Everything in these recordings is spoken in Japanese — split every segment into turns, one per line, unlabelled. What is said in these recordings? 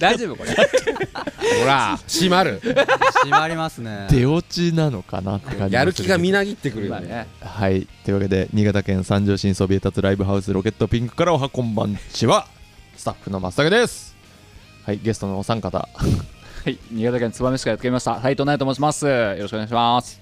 大丈 夫これほら閉まる
閉まりますね
出落ちなのかなって感じ
やる気がみ
な
なぎってくるよ
今
ね
ね
はいというわけで新潟県三条新そびえ立つライブハウスロケットピンクからおはこんばんちはスタッフの松坂ですはいゲストのお三方
はい、新潟県燕市からやってきました。斉藤ナイと申します。よろしくお願いします。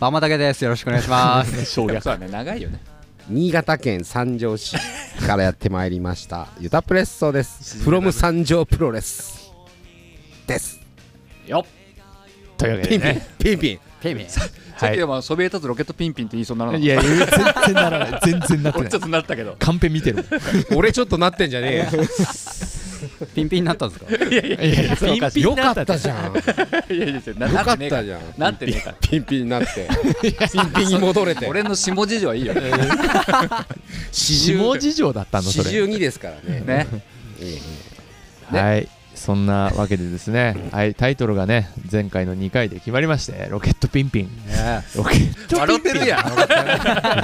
馬場けですよろしくお願いします
省略
そうだね、長いよね。
新潟県三条市からやってまいりましたユタプレッソですフロム三条プロレスです
よっ。
というわけ
ピ
で
ンピン
ね
ピンピン
ペイペイ
さっ
は
き
い
でもそびえ立つロケットピンピンって言いそうにな らないかっ。
やいや全然ならない全然なったて
俺
ない
ちょっとなったけど。
カンペ見てるもん
俺ちょっとなってんじゃねえよ
ピンピンになったんですか
いやいやそれおかしい
よかったじゃんよ
いやいやいや、なな
か
っ
って
ねえか
た
ら。
じゃん
なってねえか
ピンピンになってピンピンに戻れ
ら。
て
俺の下事情はいいよ。ね。
四
下事情だったのそ
四
れ
十二ですからね
はいそんなわけでですねはいタイトルがね前回の2回で決まりましてロケットピンピンロケ
笑ってるやん。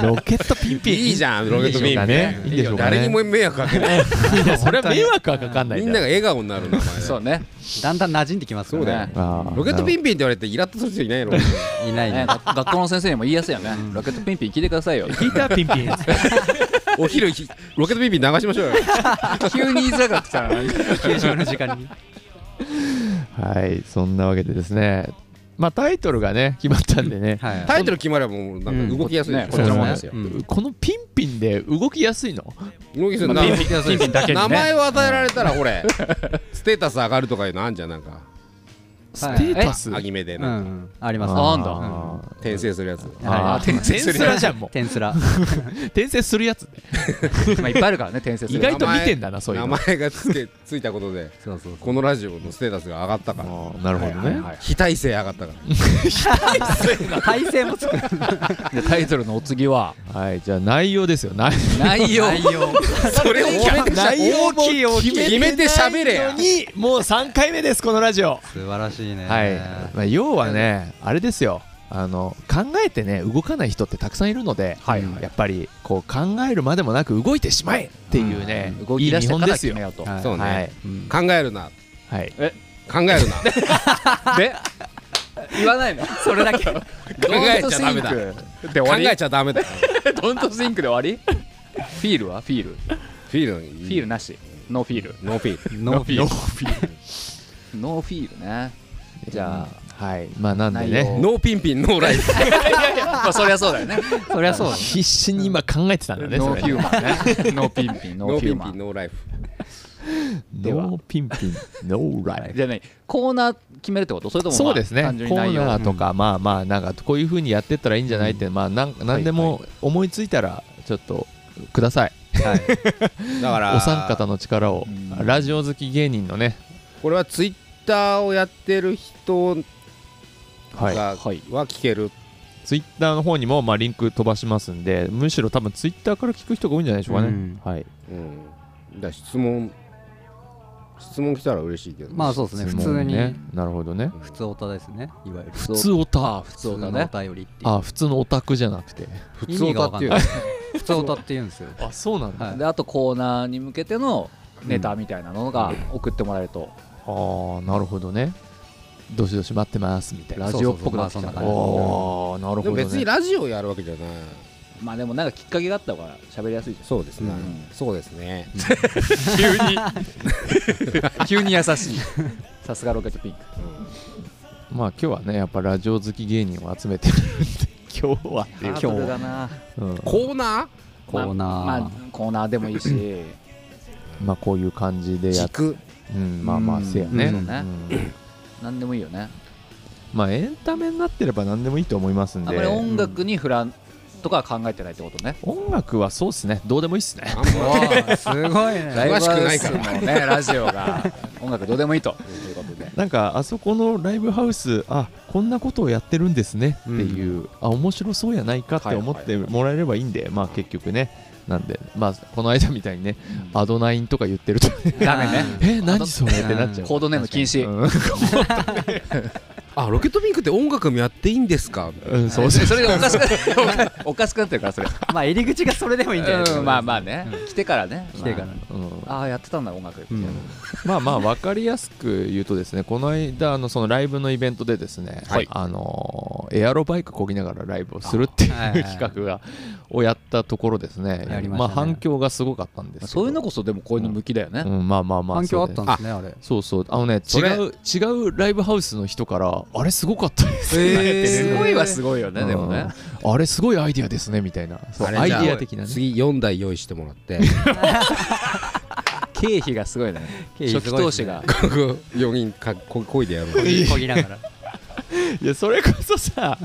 ロケットピンピン
いいじゃんロケットピンピン
ねいいでしょうかね
誰にも迷惑かけ ない
いやそれは迷惑はかかんない
み
ん
んなが
だよ
笑顔になる名前だ
そうね。
だんだん馴染んできますよ
そうだ
ね
よ
あー
ロケットピ
なる
ンピンって言われてイラッとする人いないの
いない
ね
ね
学学校の先生にも言いやすいよね。ロケットピンピン聞いてくださいよ。
ほど聞いたピンピン
お昼ひロケットピンピン流しましょうよ
急に言いづらかったな。
給食の時間に
はいそんなわけでですねまあタイトルがね決まったんでね
はい
タイトル決まればもうなんか動きやすいで
ね
し
こ
ょ
ち
そ
ら
う
も
ね
ですよ。
うん
このピンピンで動きやすいの
動きやすいな
まあピン
ピンピンだけ
名前を与えられたらほれステータス上がるとかいうのあんじゃんなんか
ステータス
アニメで
う
なんか
んあります
あ
ね
んだ
あー
転生するやつ
あ
あ
ー
ー転生す
転
る
生
や
じゃんもう
テンスラ
転生するやつ
まあいっぱいあるからね、転生す
意
る。
外と見てんだなそういう
名
の
前がつけついたことで
そうそう
このラジオのステータスが上がったから
あーなるほどね
非体制上がったから
体勢もつく
でタイトルのお次は、
はいじゃあ内容ですよ内容
内容。
それを決めて
内容も決め
決めて喋れや
ないのにもう3回目ですこのラジオ
素晴らしいね
はい、まあ、要はね、あれですよあの考えてね動かない人ってたくさんいるので、やっぱりこう考えるまでもなく動いてしまえっていうね、
動
い
き
い
出し
日
て
本
から
です
決
よ
め。ようと。
はい
そう
は
ね
い、
うん
考えるな
はい、
考えるな
で言わないの
それだけ
考えちゃダメだ考
で終わり
えちゃダメだフ
ドントシンクで終わりフィールはフィールフ
ィールフ
ィールなしノーフィール
ノーフィール
ノーフィール
ノーフィールねじゃ
はい、まあなんで
内容
ね、
ノーピンピンノーライフ
あいやいやまあそりゃそうだよね
そりゃそうだ
必死に今考えてたんだね、そ
ノー
れ
ヒュー
ね。
マンねノーピンピンノ
ノ
ー
ー
ヒュ
ピ
ー
ン
マ
ピン
ン
ノーライフ
では
ノーピンピン、ノーライフ。
じゃあねコーナー決めるってことそれともまあ
そうですね、コ
単純に内
ー
容
ナーとか、まあまあ、なんかこういうふうにやってったらいいんじゃないって、まあなんなんでも思いついたら、ちょっとください。
だから
お三方の力を
う、ん
ラジオ好き芸人のね、
これはツイッターをやってる人
はい、
が
はい
は聞ける
ツイッターの方にもまあリンク飛ばしますんで、むしろ多分ツイッターから聞く人が多いんじゃないでしょうかね。
うん
はい、
うんだから質問質問来たら嬉しいけどね
まあそうですね普
質
通
問
に
ね。なるほどね。
普通オタですねいわゆる
普
普通オタ。
普
普
通
通
だ
の
ね
お便りっていう
あ、普通のオタクじゃなくて。
普
意
通
味が
歌っ
わか
てい
ん
う
な
の
い普通オタって言うんですよ
あ、そうなん
はい
であとコーナーに向けてのネタみたいなのが送ってもらえると
あー、なるほどね。どしどし待ってますみたいな。
ラジオっぽくなってきたか
そうそうそうまあそん
ら
な感じ
おー、なる
で
ほ
も
ど
別に
ね。
ラジオやるわけじゃない
まあでもなんかきっかけがあった方が喋りやすいじゃん
そうですね
うん
そうですね
急に急に優しい さすがロケットピンク
まあ今日はね、やっぱラジオ好き芸人を集めてるんで、今日はっていう。
今日
ハードルだな
うん
コーナ
コーナー
まあまあコーナーでもいいし
まあこういう感じ
ー
でやっ、
軸
うん、まあまあせやね。
うん
そうね
ん
何でもいいよね
まあエンタメになってれば何でもいいと思いますん
あ
で。
まり音楽にフランとかは考えてないってことね
音楽はそうですねどうでもいいっすね
あんます
ごいね
詳しくないか ら
ライブハウスのねラジオが音楽どうでもいいということで
なんかあそこのライブハウスあこんなことをやってるんですねっていう、あ面白そうやないかって思ってもらえればいいんで、まあ結局ねなんでまあこの間みたいにね、アドナインとか言ってる と
ダメね
え何それってなっちゃう
コードネーム禁止
うん
あロケットピンクって音楽もやっていいんですか
うん、そうそう
それでおかしくなっておかしくなってるからそれ
まあ入り口がそれでもいいんじゃないですか、
うんまあまあね
うん
来てからね
来てから、
うん
ああやってたんだ音楽みたいな
まあまあ分かりやすく言うとですねこの間あのそのライブのイベントでですね、
はい
あのエアロバイクこぎながらライブをするっていう
あはいはいはい
企画がをやったところですね
やりましたね
まあ反響がすごかったんですけど
そういうのこそでもこういうの向きだよね
うん、まあまあまあ
環境あった
ん
んですねあれ
そうそうあのね
それ
違う違うライブハウスの人からあれすごかったですね、
えー
すごいはすごいよねでもね
うんあれすごいアイディアですねみたいなそう
あれ
アイ
じ
デ
ゃあ
ィア的なね
次4台用意してもらって
経費がすごいね
経費
初期
すごい
投
です
資
ね
が
ここ4人かここいでやろう
こぎこぎなが
いやそれこそさ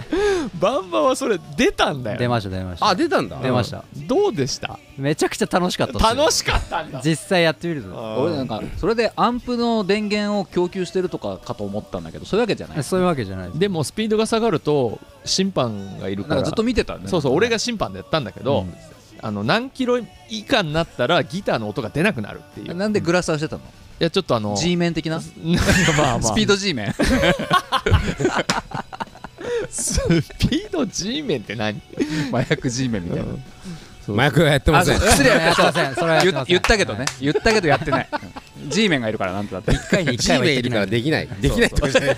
バンバンはそれ出たんだ
ら
よ
出ました出ました
あ出たんだ
出ました
どうでした
めちゃくちゃ楽しかったっすよ
楽しかったんだ
実際やってみると
俺なんかそれでアンプの電源を供給してるとかかと思ったんだけどそういうわけじゃない
そういうわけじゃないです
でもスピードが下がると審判がいるか
なん
ら
かずっと見てたね
そうそう俺
が
が審判でやったんだけど、
うん
あの何キロ以下になったらギターの音が出なくなるっていうい
なんでグラサーしてたの
やちょっとあの
G メン的な
なんか まあまあ
スピード G メン
スピード G 面って何
麻薬 G メンみたいな
麻薬はやってま
あ
せ
そ
ん
う失礼
やってませんそれはやってませ
言言
ん
ったけどね言ったけどやってない G メンがいるからなんてだって
一回に一
G
回は
メン
行
い
っ
る
てき
か
な
ら
い
できないできないとかじゃない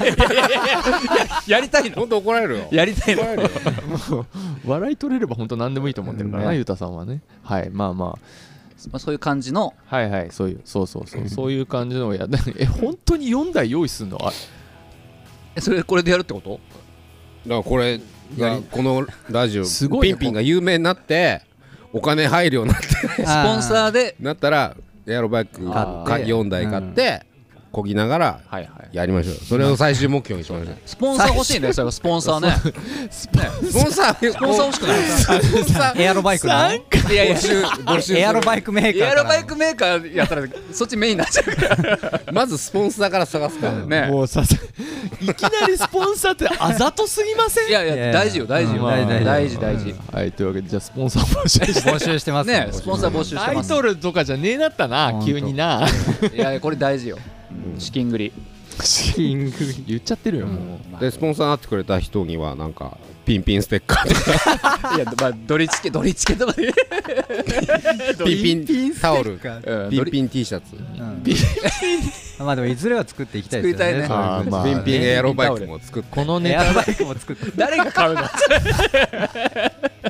やりたいの
本当怒られるよ
やりたいの
怒られるよ
笑い取れれば本当何でもいいと思ってるからな、
ね
ゆうたさんはねはいまあま
まあそういう感じの
あはいはいそういうそうそうそうそういう感じのをや え本当に4台用意すんのあ
えそれこれでやるってこと
だからこれがこのラジオ
すご
ピ
いね
ンピンが有名になってお金入るようになって
スポンサーで
なったらエアロバイク
あー
か4台買ってこぎながら
はいはい
やりましょうそれを最終目標にしましょ う
スポンサー欲しいねそれはスポンサーね
スパ
スポンサース
スポンサー欲しくない
ンサ
エアロバイクの
三
いやいや
募集する
エアロバイクメー
エ
カー
ア
から
ロバイクメーカーやったらそっちメインになっちゃうか
まずスポンサーから探すから
ら
ね
ね
もうささいきなりスポンサーってあざとすぎません
いやい
いやい
や
や
大事よ大事
うん
よ
まあ
大事大事
はいというわけでじゃあスポンサー募集して
募集してます
ねスポンサー募集して
タイ
ます
トルとかじゃねえなったな
ほんと
急にない
やこれ大事よ資金繰り
キング
言っちゃってるよ
も
も
でスポンサーになってくれた人にはなんかピンピンステッカーと か
いやまあドリチケドリチケとか で
ピンピンタオル
うん
ピ
ド
ン
リ
ピン T シャツ
まあでもいずれは作っていきたいですよ
作りた
ね
いね
あーまあ
ピンピンエアロバイ
ピ
ク
ン
も作って
このネ
エアロバ
タ
イクも作って
誰が買うの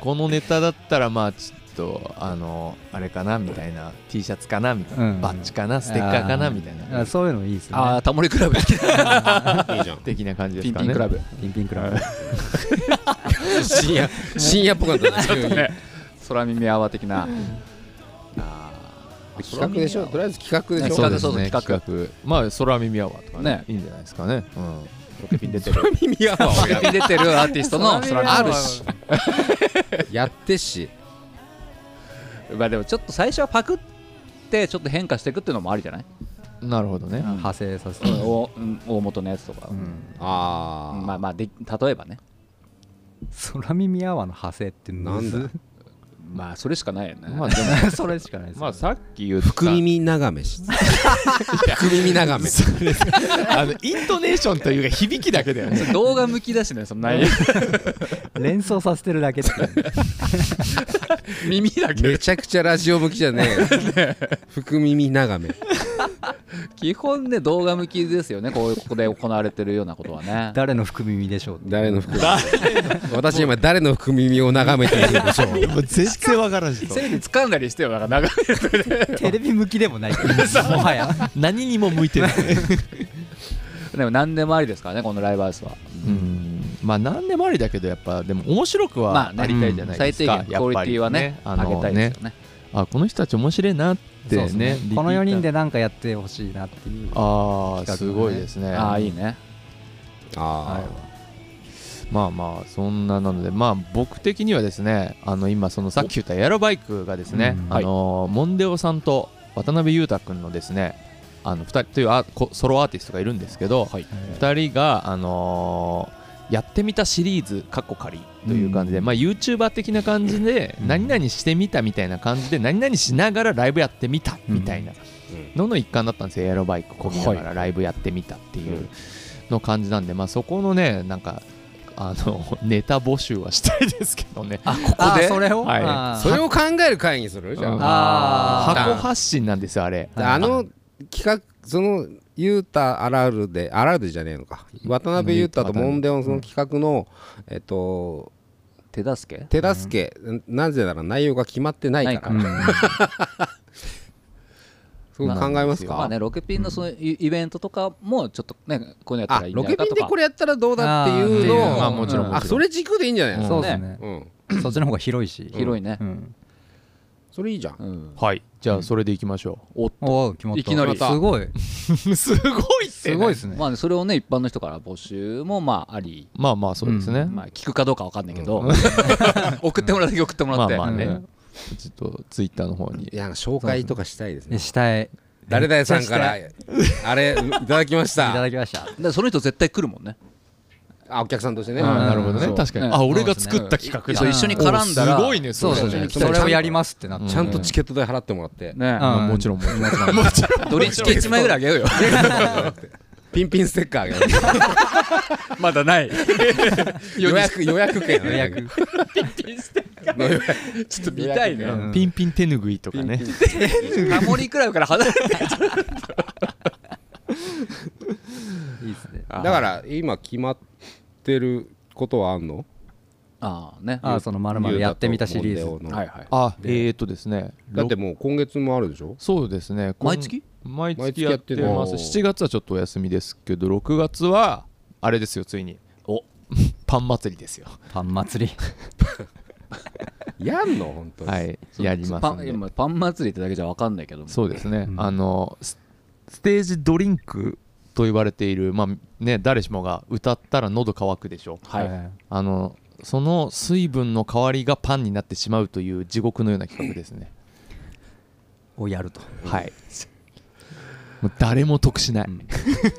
このネタだったらまあちょっとあのあれかなみたいな T シャツかなみたいな、
うん
バッジかなステッカーかなみたいな
あそういうのいいですね
ああタモリクラブ
いいじゃん
的な感じです
ピン
か
ピ
ね
ンクラブ
ピンピンクラブ
深夜深夜っぽかったです
空耳アワー的なあー
企画でしょとりあえず企画でしょ
企
そう
画
で
そ
す
うそう
ね
企
企画まあ空耳アワーとかね
ね
いいんじゃないですかねうん
耳やわ
空耳出てるアーティスト の空耳
あるしやってし
まあでもちょっと最初はパクってちょっと変化していくっていうのもありじゃない
なるほどね、
派生させて
大うん大元のやつとか
うん
あー
まあまあで例えばね
空耳アワーの派生ってむず
なんだ
まあそれしかないよね
まあで も
それしかないです
まあさっき言った
福耳眺め し福耳眺め
あのイントネーションというか響きだけだよね
それ動画向きだしねその内容
連想させてるだけっていう
耳だけ
めちゃくちゃラジオ向きじゃねえ よ福耳眺め
基本ね動画向きですよねこういうここで行われてるようなことはね
誰の福耳でしょうって
誰の福耳私今誰の福耳を眺めているでし ょう
もう全然わからんし
せめて掴んだりしてよなんか長い
テレビ向きでもないっていうもはや
何にも向いてない
でも何でもありですからねこのライブハウスは
うんまあ何でもありだけどやっぱでも面白くは
ね
ありたいじゃないで
最
す
低
か、
限クオリティはね
やっ
上
ぱり
げ
ね
た
あの
い
ね
ですよね
あこの人たち面白いなっ
そ
て
う
ね
ですね
リピーター
この4人で何かやってほしいなっていう
ああす
企画
ご
もね
いですね
ああいいね
あ
まあまあそんななのでまあ僕的にはですねあの今そのさっき言ったエアロバイクがですね、
うん
あのモンデオさんと渡辺裕太君のですねあの2人というアこソロアーティストがいるんですけど、
はい
2人が、あのーやってみたシリーズかっこ仮という感じで、
うん
まあ、YouTuber 的な感じで
うん
何々してみたみたいな感じで何々しながらライブやってみたみたいなのの一環だったんですよエアロバイクこぎながらライブやってみたっていう、の感じなんで、まあ、そこのねなんかあの ネタ募集はしたいですけどね
あこ
あ
こで
それを、
はい
あ
そ
ー
れを考える会にするじゃ
う
ん
ん
あー
箱発信なんですよあれ
であの企画そのユータアラールでアラールじゃねえのか渡辺ユータとモンデオンその企画の、えっと
手助け
手助け、なぜなら内容が決まってないから
ない
そう考えますか
まあねロケピンのそのイイベントとかもちょっとねこういうのやった
あ
らいいんじ
ロ
ゃな
ケ
いか
ピ
と
ンで
か
これやったらどうだっていうの
あーっ
を
ていうま
あ
あもちろんもちろん
それ軸でいいんじゃないですか、
そうですね
うん、
そっちの方が広いし、
広いね
うん
それいいじゃん
うん
はいじゃあそれでいきましょ
おっと
おお決まった
いきなり
すごいう
すごいっ
すごいですね、
まあねそれをね一般の人から募集もまああり
まあまあそうですね、
まあ聞くかどうかわかんないけど 送ってもらうだけ送ってもら
ま
っ
あ
て
まあね、
う
ちょっとツイッターの方に
いや紹介とかしたいです
え
ね
したい
誰々さんか
めっちゃ
ら
したい
あれいただきまし
いた
た
だきました
でその人絶対来るもんね
あお客さんとしてね、
あーなるほど
そ
ね
う
確かに、
うん
あ俺が作った企
う
画
ん
だ、
そう一緒に絡んだら
おすごいね
そう
れ
そうね
ね
それをやりますってなって
ちゃんとチケット代払ってもらっ
ね
て、
うん
まあもちろんもちろん
もちろん
ドリンチケ1枚ぐらいあげようよ
ピンピンステッカーあ げる
まだない
予約予約券
予約
の予約ちょっと
見たいね
うん
ピンピン手ぬぐいとかね
ハモリクラブから離れて
いいですね
だから今決まってることはあんの
ああね
あーそのまるまるやってみたシリー ズ
ズ
はいはい
あえー、っとですね
だってもう今月もあるでしょ
そうですねこん
毎月
毎
毎月
月や
や
っ
ってて
ます
る
7月はちょっとお休みですけど6月はあれですよついにお パン祭りですよ
パン祭り
やんの本当に、
はいやります
パ
ん
ン
で
いやまあパン祭りってだけじゃわかんないけども
そうですね、
うん
あのスステージドリンクと言われているまあね誰しもが歌ったら喉乾くでしょう
はい
あのその水分の代わりがパンになってしまうという地獄のような企画ですね
をやると
はいもう誰も得しない、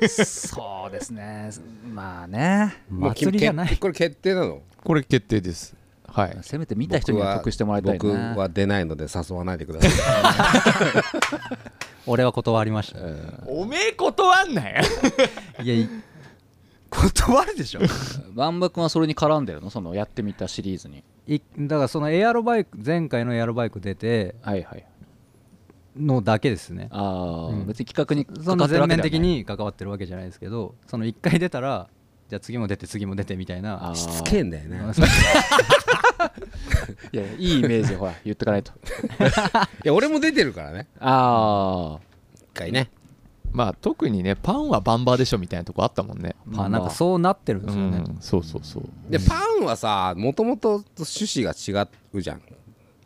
そうですねまあね
もう決
祭りじゃな
け
い
これ決定なの
これ決定ですはい
せめて見た人には得してもらいたい
僕は
な
僕は出ないので誘わないでください
俺は断りました
おめえ断んない
いやい断るでしょ
バンバ君はそれに絡んでるのそのやってみたシリーズに
いだからそのエアロバイク前回のエアロバイク出て
はいはい
のだけですね
ああ、
うん
別に企画に
そ
かか
の
ってるわけでは
全面
ない
的に関わってるわけじゃないですけどその1回出たらじゃあ次も出て次も出てみたい
あ
な
ー
しつけえんだよね
そう
いやいやいいイメージほら言ってかないと
いや俺も出てるからね
ああ
一回ね
まあ特にねパンはバンバーでしょみたいなとこあったもんね
まあなんかそうなってるん
う
ですよね
んそうそうそう
でパンはさもともと趣旨が違うじゃん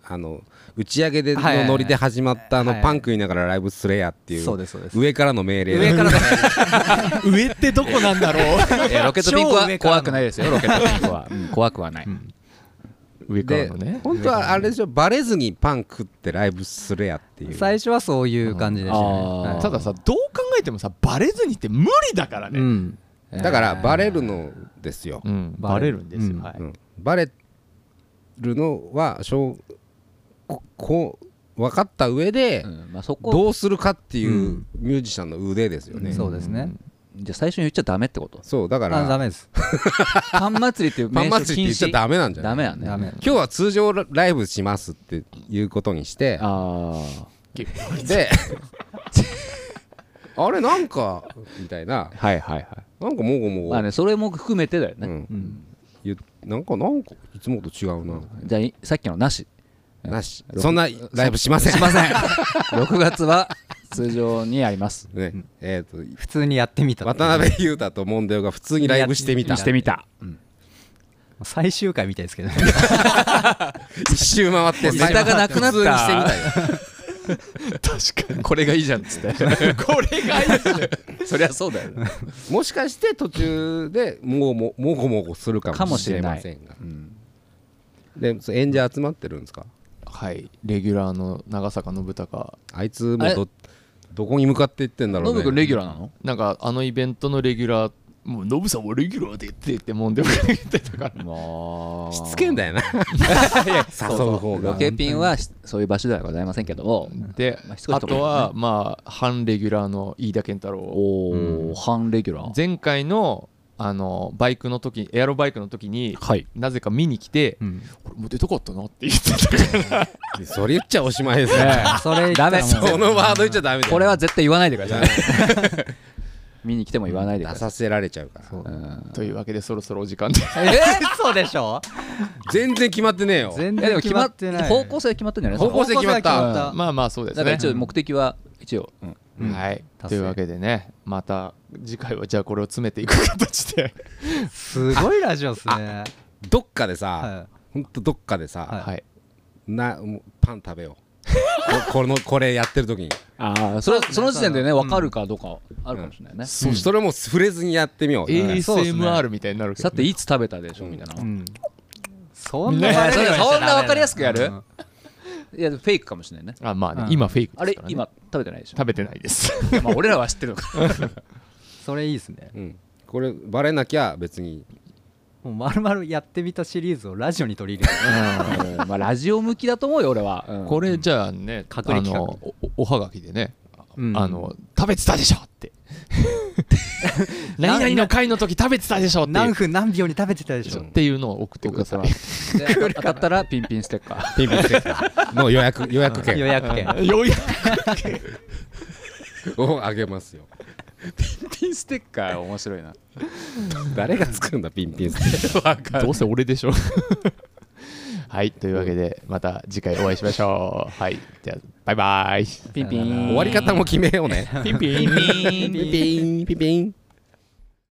あの打ち上げでの
はいはいはい
ノリで始まったあの
はいはい
パン食いながらライブすれやってい
そう
う
ですそうです
上からの命令
上からのね
上ってどこなんだろ
いやロケットピンク
超上
は 怖
からの
くないですよロケットピンクは、うん怖くはない、
う上から
で
のね
本当はあれでしょバレずにパン食ってライブすれやっていう
最初はそういう感じでしたね
うんあー
はい
たださどう考えてもさバレずにって無理だから
う
ね、
ん
だからバレるのですよ、
うんバ
バ
レ
レ
る
る
んですよ、
うん
はい
うんバレるのはしょうここう分かった上で、
うんまあ、そこ
どうするかっていううんミュージシャンの腕ですよね、
そうですね
じゃあ最初に言っちゃダメってこと
そうだか
あダ
ら
メです
パン祭りっていう
パン
名称
祭
禁
りって言っちゃ
止
ダメなんじゃな
ダ
い
メやね
ダメ
今日は通常ライブしますっていうことにして
あ
で あれなんかみたいな
あはいはいはい
なんかもごもご、
まあねそれも含めてだよ
う
ね、
んゆなんかなんかいつもと違うな、
じゃあいさっきのなし
なしそんなライブしません
すいません6月は通常にやります
ねえー
普通にやってみた
と渡辺裕太とモンデオが普通にライブしてみた
してみた、
最終回みたいですけどね
一周回って
ネタがなくなった
普通にしてみたよ
確かに
これがいいじゃんっつって これがいいじゃんそりゃそうだ よね
もしかして途中でもうももごもごするか
かも
も
し
し
れ
れ
な
ま
い
せんがでそう演者集まってるんですか
はいレギュラーの長坂信孝
あいつもうどどこに向かっていってんだ
ノ
ろう
ブ
ね
君レギュラーなの
なんかあのイベントのレギュラーもうノブさんはレギュラーでって言ってもんでも言ってたから
まあ
しつけんだよ な誘う方
ロ
が
ケピンはしそういう場所ではございませんけども
で、
まあしつこい
あ
ところ
とはまあ反レギュラーの飯田健太郎
おお、半レギュラー
前回のあのバイクの時エアロバイクの時に
はい
なぜか見に来て
うん
「俺もう出たかったな」って言ってたから
それ言っちゃおしまいですね
それ言ったらもう
そのワード言っちゃダメだよ
これは絶対言わないでください 見に来ても言わないでく
出
ださい
させられちゃうか
う
ら
ん
というわけでそろそろお時間で
え嘘でしょ
全然決まってねえよ
全
いやで
然
も
決
決
ま
ま
っ
ってて
ない
方向性は決まってんじゃない
方向性決まった
方向性は決ま
まあまあそうです
だか
ね
ら一応目的は一応、うん
うん
はい、と
達成
いうわけでねまた次回はじゃあこれを詰めていく形で
すごいラジオっすね
どっかでさ
は
ほんとどっかで
は
さ
はい
なもうパン食べようここのこれやってる時に
ああそれは
そうですね
その時点でね
そう
分かるかどうかあるかもしれないね、
そそれも触れずにやってみよう
ASMR みたいになるけど
さていつ食べたでしょ
うん
みたいな、
い、う
い
ん、そん
ね
なバレるようにしちゃダメだよ
そんなわかりやすくやる
うん
やフェイクかもしれないね
あまあね、
うん
今フェイク
あ
で
れ
すから、ね、
今食べてないでし
食べてないです
ょまあ俺らは知って るのか
それいいですね
うんこれバレなきゃ別に
もうまるまるやってみたシリーズをラジオに取り入れる
うんまあラジオ向きだと思うよ俺は、うん
これじゃあね、
隠
あ
れ企画
のおおはがきでね、
うん
あの食べてたでしょって 何々の回の時食べてたでしょってい
何
う
分何秒に食べてたでしょ
っていうのを送ってください
で当た当たったらピンピンステッカー
ピンピンしてきたの予約予約
予
券
約券
よい
をあげますよ
ピンステッカー面白いな
誰が作るんだピンピンステ
どうせ俺でしょはいというわけでまた次回お会いしましょうはいじゃあバイバイ
ピンピン
終わり方も決めようね
ピンピン
ピンピン
ピンピンピンピン